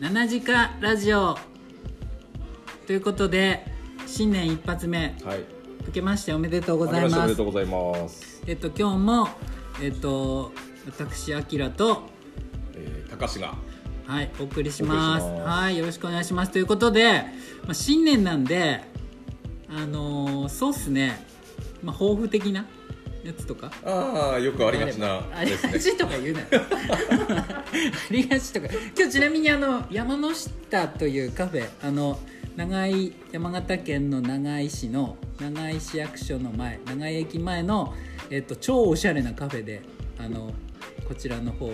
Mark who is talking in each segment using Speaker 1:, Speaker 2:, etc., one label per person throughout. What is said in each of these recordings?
Speaker 1: 7時間ラジオ」ということで新年一発目
Speaker 2: はい。
Speaker 1: 受けましておめでとうご
Speaker 2: ご
Speaker 1: ざい
Speaker 2: おめ
Speaker 1: ま
Speaker 2: ですとうございます。
Speaker 1: えっと今日もえっと私あきらと
Speaker 2: えー、高志が。
Speaker 1: はいお送りします
Speaker 2: お送りします
Speaker 1: はいよろしくお願いしますということで、まあ、新年なんであのーそうっすねまあ抱負的なやつとか
Speaker 2: ああ、よくありがちな
Speaker 1: あり
Speaker 2: で
Speaker 1: が
Speaker 2: すね。
Speaker 1: ちとか言うなよありがちとか今日ちなみにあの山の下というカフェあの長井山形県の長井市の長井市役所の前長井駅前の、えっと、超おしゃれなカフェであのこちらの方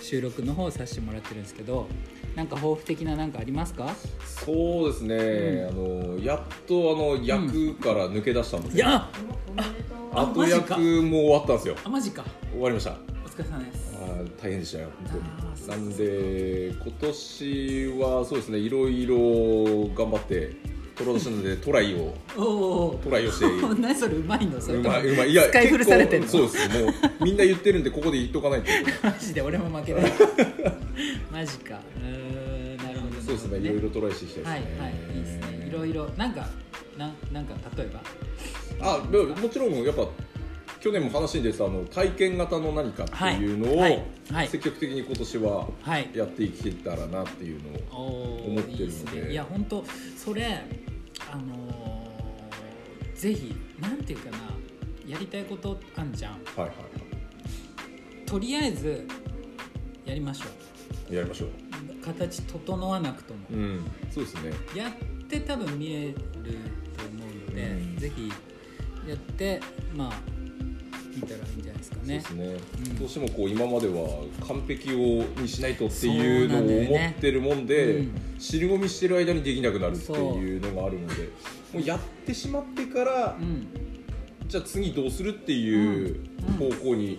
Speaker 1: 収録の方をさせてもらってるんですけどなんか抱負的ななんかありますか
Speaker 2: そうですね。あの、やっと、あの、役から抜け出したんです
Speaker 1: い
Speaker 2: よ。
Speaker 1: やあ
Speaker 2: 後
Speaker 1: マジ
Speaker 2: 役
Speaker 1: か
Speaker 2: も終わったんですよ。
Speaker 1: あマジか
Speaker 2: 終わりました。あ
Speaker 1: お疲れ様です
Speaker 2: ー大変でしたよ。本
Speaker 1: あーそう
Speaker 2: 当に。なんで、今年は、そうですね。いろいろ頑張って。取ろうとしたので、トライを。
Speaker 1: おお
Speaker 2: トライ をして。
Speaker 1: ー何それうまいのそれ
Speaker 2: う
Speaker 1: とも
Speaker 2: まいうまいいや
Speaker 1: 使い古されてんの
Speaker 2: 結構そうですもうみんな言ってるんでここで言っと かないと
Speaker 1: マジで俺も負けない マジかうーんなるほど
Speaker 2: そうですねいろいろトライしていきた
Speaker 1: はいい
Speaker 2: ですね
Speaker 1: はいいいですねいろいろなんかなんなんか例えば
Speaker 2: あでももちろんやっぱ去年も話に出てたあの体験型の何かっていうのを、
Speaker 1: はいはい
Speaker 2: 積極的に今年は
Speaker 1: はい
Speaker 2: やっていけたらなっていうの
Speaker 1: お
Speaker 2: を、
Speaker 1: ー
Speaker 2: 思ってるので
Speaker 1: いいすねいや本当それあのーぜひなんていうかなやりたいことあんじゃん
Speaker 2: はいは
Speaker 1: とりあえずやりましょ
Speaker 2: い、やりましょ
Speaker 1: う形整わなくとも
Speaker 2: う、うん、そうですね
Speaker 1: やって多分見えると思うので、
Speaker 2: うん
Speaker 1: ぜひやってまあ見たらいいんじゃないですかね
Speaker 2: そうですね、
Speaker 1: うん
Speaker 2: どうしてもこう今までは完璧をにしないとっていうの
Speaker 1: そうなんだよ
Speaker 2: を
Speaker 1: ね
Speaker 2: 思ってるもんで
Speaker 1: うん
Speaker 2: 尻込みしてる間にできなくなるっていうのがあるのでもうやってしまってから、
Speaker 1: うん
Speaker 2: じゃあ次どうするっていう
Speaker 1: うん
Speaker 2: 方向に、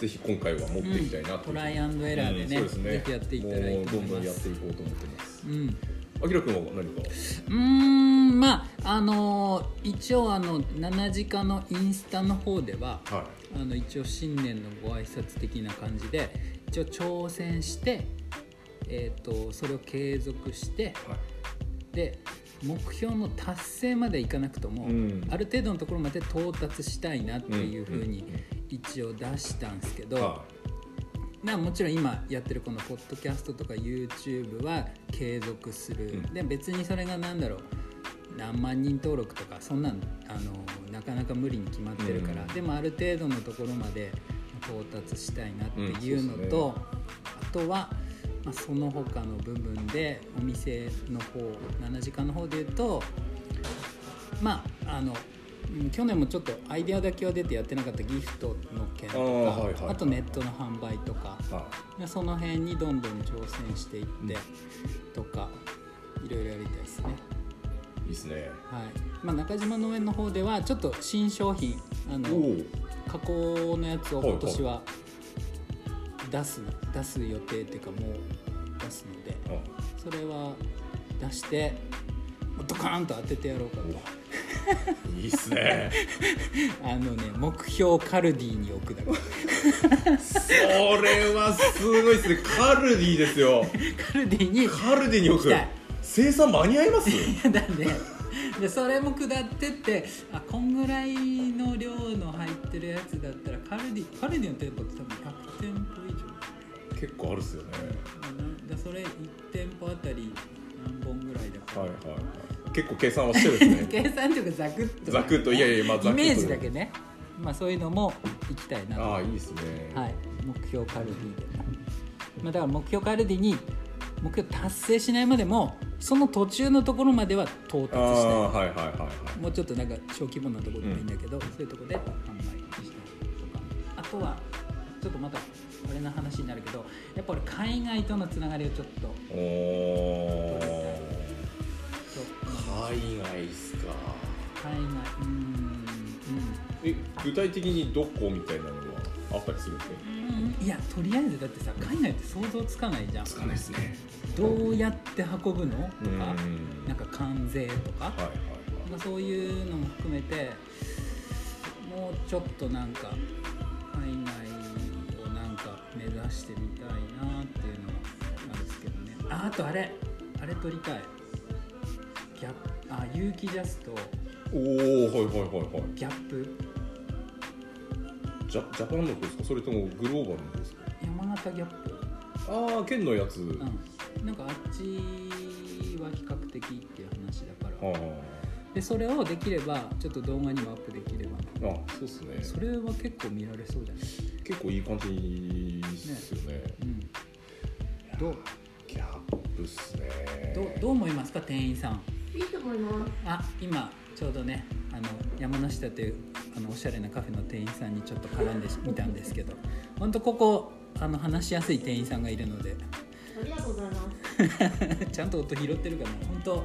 Speaker 2: ぜひ今回は持っていきたいなと、
Speaker 1: トライアンドエラーでね,、
Speaker 2: うんそう
Speaker 1: ぜひやっていったらいいと思い
Speaker 2: もうどんどん
Speaker 1: ま
Speaker 2: やって
Speaker 1: す
Speaker 2: いこうと思ってます
Speaker 1: うんう
Speaker 2: あきらくんは何か
Speaker 1: ーんまああのー一応あの7時間のインスタの方では
Speaker 2: は
Speaker 1: あの一応新年のご挨拶的な感じで一応挑戦してえっ、とそれを継続して
Speaker 2: い、は
Speaker 1: で目標の達成までいかなくとも、
Speaker 2: うん
Speaker 1: ある程度のところまで到達したいなっていうふうに
Speaker 2: うんうんうん
Speaker 1: 一応出したんですけど、
Speaker 2: いは
Speaker 1: まあもちろん今やってるこのポッドキャストとか YouTube は継続する、
Speaker 2: うん
Speaker 1: で別にそれが何だろう何万人登録とかそんなんあのなかなか無理に決まってるから、
Speaker 2: うん
Speaker 1: でもある程度のところまで到達したいなっていうの
Speaker 2: うん
Speaker 1: と、
Speaker 2: そ
Speaker 1: あとは、まあ、その他の部分でお店の方7時間の方で言うとまああのうん去年もちょっとアイデアだけは出てやってなかったギフトの件とか
Speaker 2: あ
Speaker 1: あ,、
Speaker 2: ーはいはい
Speaker 1: とネットの販売とか
Speaker 2: いは
Speaker 1: でその辺にどんどん挑戦していって、
Speaker 2: うん
Speaker 1: とかいろいろやりたいですね。
Speaker 2: いいいですね
Speaker 1: はいまあ、中島農園の方ではちょっと新商品あ
Speaker 2: お
Speaker 1: の
Speaker 2: お
Speaker 1: 加工のやつを
Speaker 2: はいはい
Speaker 1: 今年は出す、出す予定っていうかもう出すので
Speaker 2: あ
Speaker 1: それは出してドカーンと当ててやろうかと
Speaker 2: お いいっすね
Speaker 1: あのね目標をカルディに置く だから
Speaker 2: それはすごいっすねカルディですよ
Speaker 1: カルディに
Speaker 2: カルディに置
Speaker 1: 行
Speaker 2: く
Speaker 1: きたい
Speaker 2: 生産間に合います
Speaker 1: だねでそれも下ってってあこんぐらいの量の入ってるやつだったらカルディカルディの店舗って多分100店舗以
Speaker 2: 結構あるっすよね
Speaker 1: 上うんでそれ1店舗あたり何本ぐらいだから、
Speaker 2: はいはいはい結構計算はしてる んですね
Speaker 1: 計算というかざくっと
Speaker 2: ざくっといやいやまあざくっ
Speaker 1: イ
Speaker 2: と
Speaker 1: メージだけねまあそういうのも行きたいなと
Speaker 2: ああいいっすね
Speaker 1: はい、目標カルディで、まあ、だから目標カルディに目標達成しないまでもその途中のところまでは到
Speaker 2: あ
Speaker 1: 達し
Speaker 2: あ
Speaker 1: たい
Speaker 2: はいはいはいはい
Speaker 1: もうちょっとなんか小規模なところでもいいんだけど、そういうところで販売したりとかあとはちょっとまたあれの話になるけどやっぱ俺海外とのつながりをちょっと
Speaker 2: おお
Speaker 1: ちょ
Speaker 2: 海外っすか
Speaker 1: 海外うーん
Speaker 2: え具体的にどこみたいなのはあったりするんですね
Speaker 1: うん、うん、いやとりあえずだってさ海外って想像つかないじゃん
Speaker 2: つかないっすね
Speaker 1: どうやって運ぶのと
Speaker 2: うん
Speaker 1: か
Speaker 2: はい
Speaker 1: なんか関税とか、
Speaker 2: はいはい
Speaker 1: まあ、そういうのも含めてもうちょっとなんか海外をなんか目指してみたいなっていうのはあるんですけどねあああとあれあれ撮りたいギャップあ有機ジャスと
Speaker 2: おおはいはいはいはい
Speaker 1: ギャップ
Speaker 2: ジャジャパンの子ですかそれともグローバルの子ですか
Speaker 1: 山形ギャップ
Speaker 2: ああ県のやつ、あ
Speaker 1: うんなんかあっちは比較的っていう話だから
Speaker 2: あ
Speaker 1: でそれをできればちょっと動画にもアップできれば
Speaker 2: あそうっすね
Speaker 1: それは結構見られそうだね
Speaker 2: 結構いい感じですよね
Speaker 1: うんどう
Speaker 2: ギャップっすね
Speaker 1: どうどう思いますか店員さん
Speaker 3: いいと思います。
Speaker 1: あ今ちょうどねあの山梨だというあのおしゃれなカフェの店員さんにちょっと絡んでみたんですけど本当ここあの話しやすい店員さんがいるので
Speaker 3: ありがとうございます。
Speaker 1: ちゃんと音拾ってるかな本当
Speaker 3: よ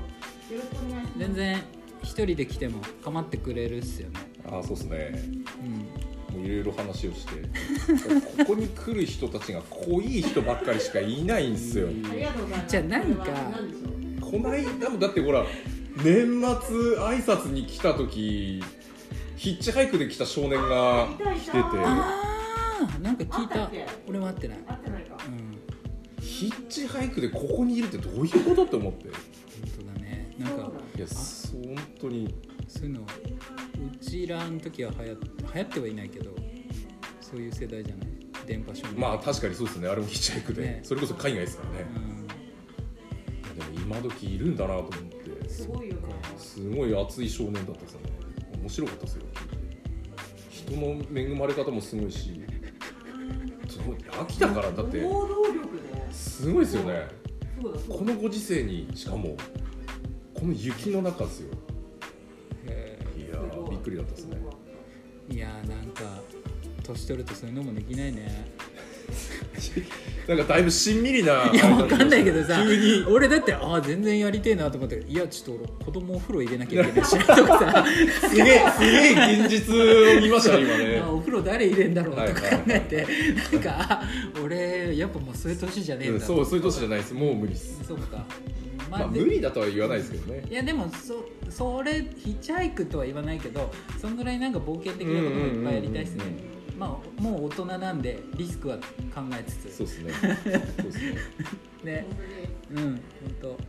Speaker 3: ろしくお願いします。
Speaker 1: 全然一人で来ても構ってくれるっすよね
Speaker 2: ああそうっすね
Speaker 1: うん
Speaker 2: もういろいろ話をしてここに来る人たちが濃い人ばっかりしかいないんですよ
Speaker 3: ありがとうございます。
Speaker 1: じゃあ何か
Speaker 3: これは何でしょう。
Speaker 2: こないだもだってほら年末挨拶に来た時ヒッチハイクで来た少年が来てて
Speaker 1: ああなんか聞い
Speaker 3: あ
Speaker 1: た
Speaker 3: ったっけ
Speaker 1: 俺も会ってない
Speaker 3: 合ってないか。
Speaker 1: うん本
Speaker 2: ヒッチハイクでここにいるってどういうことって思ってい
Speaker 1: 当だねなん
Speaker 3: そ
Speaker 1: か
Speaker 3: うだ
Speaker 2: やそう本当に
Speaker 1: そういうのうちらの時は流行っ流行ってはいないけどそういう世代じゃない電波少年
Speaker 2: まあ確かにそうですねあれもヒッチハイクで、
Speaker 1: ね
Speaker 2: それこそ海外ですからね
Speaker 1: う、ん
Speaker 2: でも今時いるんだなと思って
Speaker 3: すごいよね。
Speaker 2: すごい熱い少年だったですね面白かったですよ人の恵まれ方もすごいしすごい秋だからだって
Speaker 3: 行動力で。
Speaker 2: すごいですよね
Speaker 3: そうだそう
Speaker 2: このご時世にしかもこの雪の中ですよ
Speaker 1: へ
Speaker 2: いや
Speaker 3: だ。すご
Speaker 2: ー
Speaker 3: い
Speaker 2: びっくりだったですね
Speaker 1: ーいやーなんか年取るとそういうのもできないね
Speaker 2: なんかだいぶしんみりない
Speaker 1: やわかんないけどさ
Speaker 2: 急に
Speaker 1: 俺だってああ全然やりてえなと思っていやちょっと俺子供お風呂入れなきゃいけないし なとかさ
Speaker 2: すげえすげえ現実を見ましたね今ね
Speaker 1: あお風呂誰入れんだろうと
Speaker 2: はい
Speaker 1: か
Speaker 2: はい
Speaker 1: 考えて、なんかあ俺やっぱもうそういう年じゃねえ
Speaker 2: うんん
Speaker 1: だ
Speaker 2: そうそういう年じゃないですもう無理です
Speaker 1: そうか、ま
Speaker 2: まあ
Speaker 1: で
Speaker 2: 無理だとは言わないですけどね
Speaker 1: いやでもそそれヒッチハイクとは言わないけどそんぐらいなんか冒険的なこともいっぱいやりたいですね
Speaker 2: うんうんうん
Speaker 1: まあもう大人なんでリスクは考えつつ
Speaker 2: そうです ねそうですね
Speaker 1: ね
Speaker 3: 本当に
Speaker 1: うん本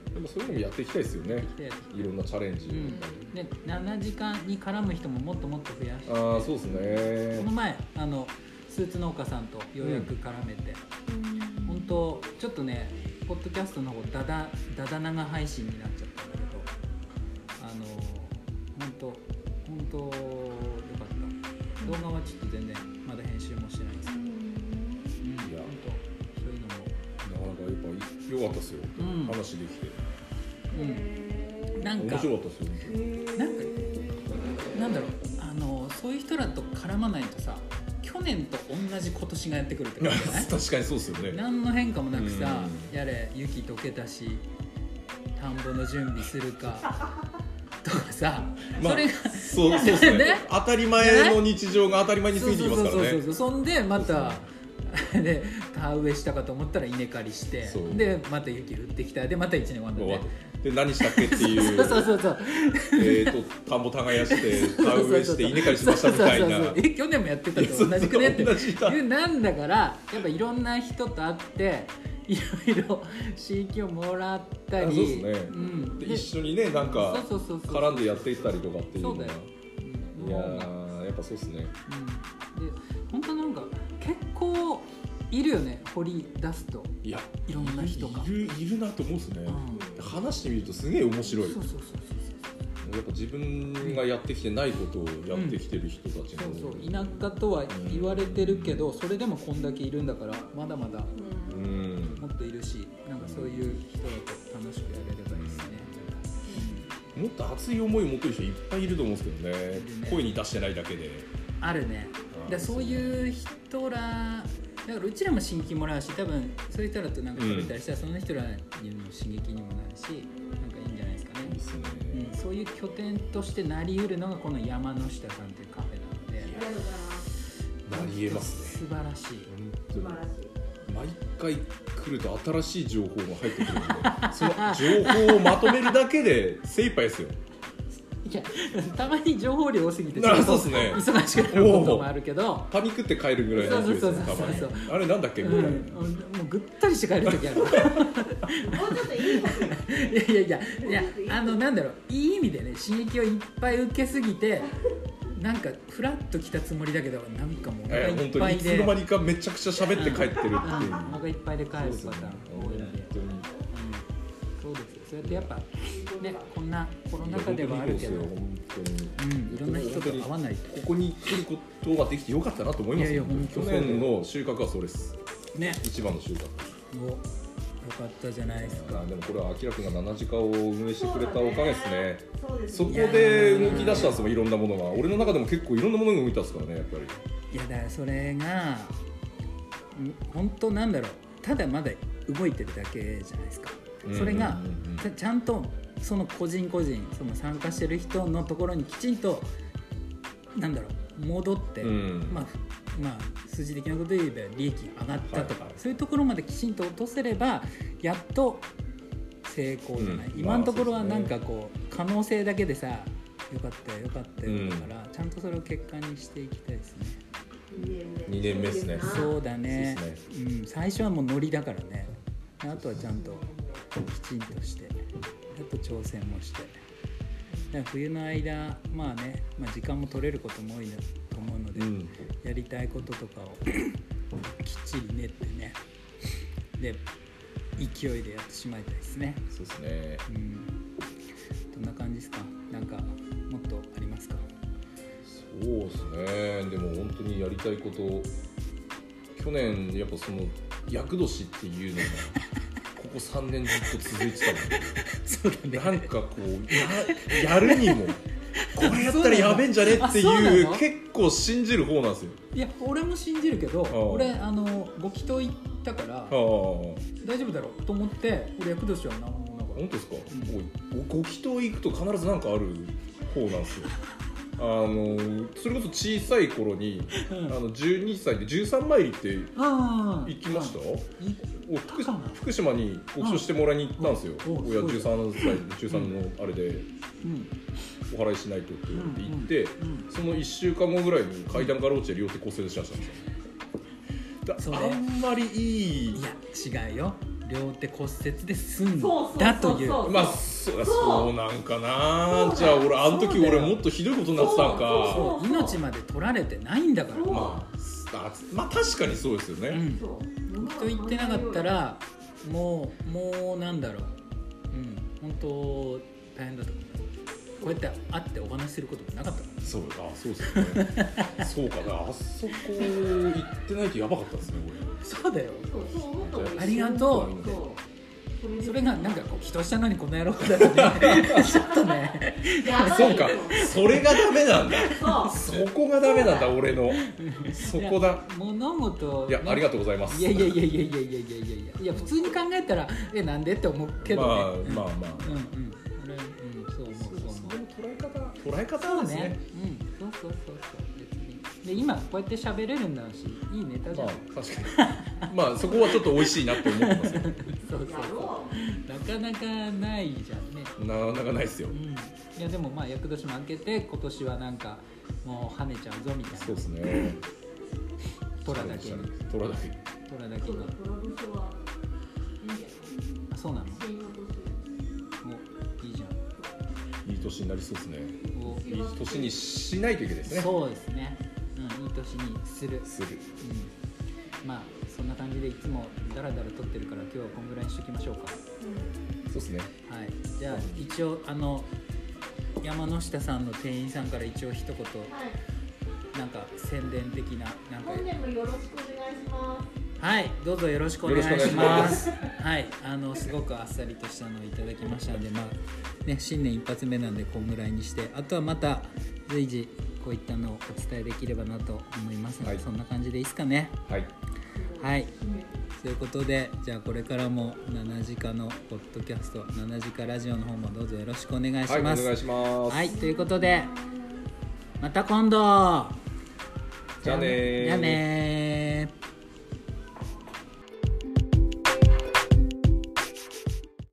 Speaker 1: 当
Speaker 2: でもそういうのもやっていきたいですよね
Speaker 1: で
Speaker 2: いろんなチャレンジ、
Speaker 1: うんで7時間に絡む人ももっともっと増やして
Speaker 2: ああそうです
Speaker 1: この
Speaker 2: ね
Speaker 1: 前あのスーツ農家さんとようやく絡めて、本当ちょっとねポッドキャストの方ダダダダ長配信になっちゃったんだけどあの本当本当よかった動画はちょっと全然まだ編集もしてないんですけど、うん、
Speaker 2: いや
Speaker 1: 本当そういうのも
Speaker 2: なかなかやっぱ良かったですよ、
Speaker 1: うん
Speaker 2: 話できて
Speaker 1: うんなん
Speaker 2: 面
Speaker 1: か
Speaker 2: 白かったですよ
Speaker 1: なんかなんだろうあのそういう人らと絡まないとさ去年と同じ今年がやってくる って感じじゃない
Speaker 2: 確かにそうですよね
Speaker 1: 何の変化もなくさ
Speaker 2: う
Speaker 1: やれ雪溶けたし田んぼの準備する かとかさ、
Speaker 2: まあ
Speaker 1: それが
Speaker 2: そうそうですね
Speaker 1: ね
Speaker 2: 当たり前の日常が当たり前に過
Speaker 1: そう
Speaker 2: ぎて
Speaker 1: そ
Speaker 2: き
Speaker 1: う
Speaker 2: ます
Speaker 1: そう
Speaker 2: から
Speaker 1: そう
Speaker 2: ね
Speaker 1: そうそんでまた
Speaker 2: そ
Speaker 1: で田植えしたかと思ったら稲刈りして
Speaker 2: そう
Speaker 1: でまた雪降ってきたでまた1年終わんだ
Speaker 2: も
Speaker 1: ね
Speaker 2: うで何したっけって い
Speaker 1: そううそうそうそう
Speaker 2: えーと田んぼ耕して田植えして稲刈りしましたみたい
Speaker 1: そ
Speaker 2: な
Speaker 1: うそうそうえ去年もやってたと同じく ねって
Speaker 2: 同じだ
Speaker 1: いうなんだからやっぱいろんな人と会っていろいろ刺激をもらったり
Speaker 2: あそうっすね
Speaker 1: ん、
Speaker 2: で
Speaker 1: で
Speaker 2: 一緒にねなんか
Speaker 1: そうそうそうそう
Speaker 2: 絡んでやっていったりとかっていうの
Speaker 1: そ
Speaker 2: が
Speaker 1: うだようん
Speaker 2: いやーやっぱそうですね
Speaker 1: うんで本当なんか結構いるよね掘り出すと、
Speaker 2: いや
Speaker 1: いろんな人が
Speaker 2: いるいるなと思うんですね、
Speaker 1: うん
Speaker 2: 話してみるとすげえ面白い
Speaker 1: そうそうそう
Speaker 2: やっぱ自分がやってきてないことをやってきてる人たち
Speaker 1: そう
Speaker 2: も、
Speaker 1: そうそうそう田舎とは言われてるけどそれでもこんだけいるんだからまだまだ
Speaker 2: うん
Speaker 1: もっといるしなんかそういう人だと楽しくやれればいいですね、
Speaker 2: もっと熱い思いを持ってる人いっぱいいると思うんですけどね
Speaker 1: るね
Speaker 2: 声に出してないだけで
Speaker 1: あるね
Speaker 2: あ
Speaker 1: でそういう人らだからうちらも刺激もらうし多分そういう人らとなんか食べたりしたら、その人らにも刺激にもなるしなんかいいんじゃないですかね
Speaker 2: いいですね、
Speaker 1: うん、そういう拠点としてなりうるのがこの山の下さんというカフェなので
Speaker 3: ありがとうございます。
Speaker 2: なりえますね
Speaker 1: 素晴らしい
Speaker 2: 本当
Speaker 3: 素
Speaker 2: に
Speaker 3: 晴らしい。
Speaker 2: 毎回来ると新しい情報 が入ってくるのでその情報をまとめるだけで精一杯ですよ
Speaker 1: いや たまに情報量多すぎて
Speaker 2: あそうっすね
Speaker 1: 忙しくなることもあるけど、
Speaker 2: パニックって帰るぐらいの勢いですね
Speaker 1: そうそうそうそう
Speaker 2: たまにあれなんだっけ
Speaker 1: う
Speaker 2: みたいな、
Speaker 1: ん、もうぐったりして帰る時ある
Speaker 3: もうちょっといいこと言う
Speaker 1: いやいやいやいやあのなんだろういい意味でね刺激をいっぱい受けすぎてなんかフラッと来たつもりだけどなんかもうお腹
Speaker 2: えー
Speaker 1: いっ
Speaker 2: 本当
Speaker 1: ぱ
Speaker 2: に
Speaker 1: い
Speaker 2: い
Speaker 1: で、
Speaker 2: つの間にかめちゃくちゃ喋って帰ってるってい
Speaker 1: う
Speaker 2: う、
Speaker 1: ん、お腹いっぱいで帰るパタ
Speaker 2: そう
Speaker 1: ー
Speaker 2: ですよね
Speaker 1: ン多いんで、
Speaker 2: 本当に
Speaker 1: うん、そうですよそれってやっぱねこんなコロ
Speaker 2: い
Speaker 1: ナ
Speaker 2: や
Speaker 1: 禍
Speaker 2: 本当
Speaker 1: で
Speaker 2: に
Speaker 1: はあ
Speaker 2: いい
Speaker 1: る
Speaker 2: で
Speaker 1: け
Speaker 2: す
Speaker 1: ど
Speaker 2: よ本当に
Speaker 1: うん、いろんな人と会わないと
Speaker 2: ここに来ることができてよかったなと思います
Speaker 1: いやいや本当
Speaker 2: 去年の収穫はそれです
Speaker 1: ね
Speaker 2: 一番の収穫
Speaker 1: およかったじゃないですか
Speaker 2: あでもこれは明らかが七時間を運営してくれたおかげですね
Speaker 3: そうです
Speaker 2: そこ
Speaker 3: ね
Speaker 2: で動き出したんですもんいろんなものが俺の中でも結構いろんなものが動いたんですからねやっぱり
Speaker 1: いやだからそれがん本当なんだろうただまだ動いてるだけじゃないですかそれが
Speaker 2: うんうんうんうん
Speaker 1: ちゃちゃんとその個人個人その参加してる人のところにきちんとなんだろう戻って、
Speaker 2: うん
Speaker 1: まあ、まあ数字的なことで言えば利益上がったとか、
Speaker 2: はいはい
Speaker 1: そういうところまできちんと落とせればやっと成功じゃない、
Speaker 2: うん
Speaker 1: 今のところは
Speaker 2: まあそ
Speaker 1: な
Speaker 2: うんですね
Speaker 1: かこう可能性だけでさよかったよよかったよ
Speaker 2: うん
Speaker 1: だから、ちゃんとそれを結果にしていきたいですね、
Speaker 2: 二年目っすねあ
Speaker 1: そうだね
Speaker 2: そうで
Speaker 1: うん、最初はもうノリだからねあとはちゃんときちんとしてあと挑戦もしてだから冬の間まあね、まあ、時間も取れることも多いなと思うので、
Speaker 2: うん
Speaker 1: やりたいこととかを きっちり練ってねで勢いでやってしまいたいですね
Speaker 2: そうですね
Speaker 1: うんどんな感じですかなんかもっとあり ますか
Speaker 2: そうですねでも本当にやりたいこと去年やっぱその厄年っていうのがここ3年ずっと続いてたの
Speaker 1: そうだね
Speaker 2: なんかこうややるにもこれやったらやべえんじゃねって
Speaker 1: そうなのあそう
Speaker 2: い
Speaker 1: な
Speaker 2: う
Speaker 1: の
Speaker 2: 結構信じる方なんですよ。
Speaker 1: いや俺も信じるけど
Speaker 2: あ
Speaker 1: 俺あのご祈祷行ったから
Speaker 2: ああ本
Speaker 1: 大丈夫だろうと思って俺厄年は何もなかった
Speaker 2: 当ですか、
Speaker 1: ん
Speaker 2: おごご祈祷行くと必ずなんかある方なんですよ。あのそれこそ小さい頃に、
Speaker 1: うん
Speaker 2: あの12歳で13参りって
Speaker 1: ああ
Speaker 2: 行きました、
Speaker 1: い
Speaker 2: お福
Speaker 1: 高菜
Speaker 2: 福島にご一緒してもらいに行ったんですよ、
Speaker 1: うんお
Speaker 2: 親
Speaker 1: すごい
Speaker 2: 13歳中3のあれで
Speaker 1: うん
Speaker 2: お祓いしないとって言って行って、
Speaker 1: うんうん
Speaker 2: その1週間後ぐらいに階段から落ちて両手骨折しちゃったんですよだ
Speaker 1: それ
Speaker 2: あんまりいい
Speaker 1: いや違うよ両手骨折で済ん
Speaker 3: そうそうそうそう
Speaker 1: だという
Speaker 2: まあそそう
Speaker 3: そう
Speaker 2: なんかな
Speaker 3: そう
Speaker 2: じ
Speaker 3: だ
Speaker 2: ゃあ
Speaker 3: よ
Speaker 2: 俺あの時
Speaker 1: そうだ
Speaker 2: 俺
Speaker 1: よ
Speaker 2: もっとひどいことになってたん
Speaker 3: そう
Speaker 2: か
Speaker 1: そう命まで取られてないんだから
Speaker 3: そう
Speaker 2: まああまあ確かにそうですよね、
Speaker 1: うん
Speaker 3: そう
Speaker 1: と言ってなかったらもうもうなんだろううん本当大変だと思うこうやって会ってお話しすることもなかったもん
Speaker 2: そうあそうですよ ねそうかなあそこ行ってないとやばかったですねこれ
Speaker 1: そうだよ
Speaker 3: そうそう思った方がいい
Speaker 1: ありがとう
Speaker 3: そう
Speaker 1: それがなんかこう人したのにこの野郎だってねちょっとね
Speaker 3: やばいよ
Speaker 2: そうか、それがダメなんだ。
Speaker 3: そう
Speaker 2: そこがダメなんだ、俺の。そこだ。
Speaker 1: 物事を
Speaker 2: いや、
Speaker 1: ね
Speaker 2: ありがとうございます。
Speaker 1: いやいやいやいやいやいやいやいやいやいや普通に考えたらえなんでって思うけどね、
Speaker 2: まあ、まあ、
Speaker 1: うん
Speaker 2: ま
Speaker 1: う
Speaker 2: あ。
Speaker 1: ん俺うんそう思う
Speaker 2: そ
Speaker 1: そうう
Speaker 2: そ
Speaker 1: 思う
Speaker 2: の捉え方。捉え方
Speaker 1: そ
Speaker 2: な
Speaker 1: うん
Speaker 2: です
Speaker 1: ね
Speaker 2: ね。
Speaker 1: うんそうそうそうそう別にで今こうやって喋れるんだろうしいいネタじ
Speaker 2: ま
Speaker 1: ゃ
Speaker 2: あ
Speaker 1: ん、、
Speaker 2: 確かに。まあ、そこはちょっと美味しいなって思ってますよ。
Speaker 1: そうそう
Speaker 3: やろ
Speaker 1: なかなかないじゃんね
Speaker 2: なかなかないですよ
Speaker 1: う。んいやでもまあ厄年も明けて今年はなんかもう跳ねちゃうぞみたい
Speaker 2: そうで
Speaker 1: な
Speaker 2: すね。
Speaker 1: 虎だけに
Speaker 2: 虎だけに。
Speaker 1: 虎だ
Speaker 3: う
Speaker 1: け
Speaker 3: そう
Speaker 1: に
Speaker 3: だこの部署はいいんじ
Speaker 1: あそうなの
Speaker 3: ゃない新の部署
Speaker 1: おいいじゃ
Speaker 2: いい年になりそうですね。
Speaker 1: んお
Speaker 2: いい年にしないといけないですね。
Speaker 1: そうですねうんいい年にする
Speaker 2: する。
Speaker 1: うんまあそんな感じでいつもダラダラ撮ってるから今日はこんぐらいにしときましょうか
Speaker 2: そうですね。
Speaker 1: はいじゃあ一応あの山之下さんの店員さんから一応一言
Speaker 3: はい
Speaker 1: なんか宣伝的ななんか
Speaker 3: 本年もよろしくお願いします
Speaker 1: はいどうぞよろしくお願いし
Speaker 2: よろしくお願
Speaker 1: ま
Speaker 2: いします
Speaker 1: はいあのすごくあっさりとしたのをいただきましたんでまあね新年一発目なんでこんぐらいにしてあとはまた随時こういったのをお伝えできればなと思いますので、
Speaker 2: はい
Speaker 1: そんな感じでいいですかね
Speaker 2: はい。
Speaker 1: はいということでじゃあこれからも「7時間のポッドキャスト「7時間ラジオ」の方もどうぞよろしくお願い
Speaker 2: は
Speaker 1: し
Speaker 2: い、お
Speaker 1: ます。
Speaker 2: 願いします。
Speaker 1: はい、ということでまた今度
Speaker 2: じゃあねー
Speaker 1: じゃあねー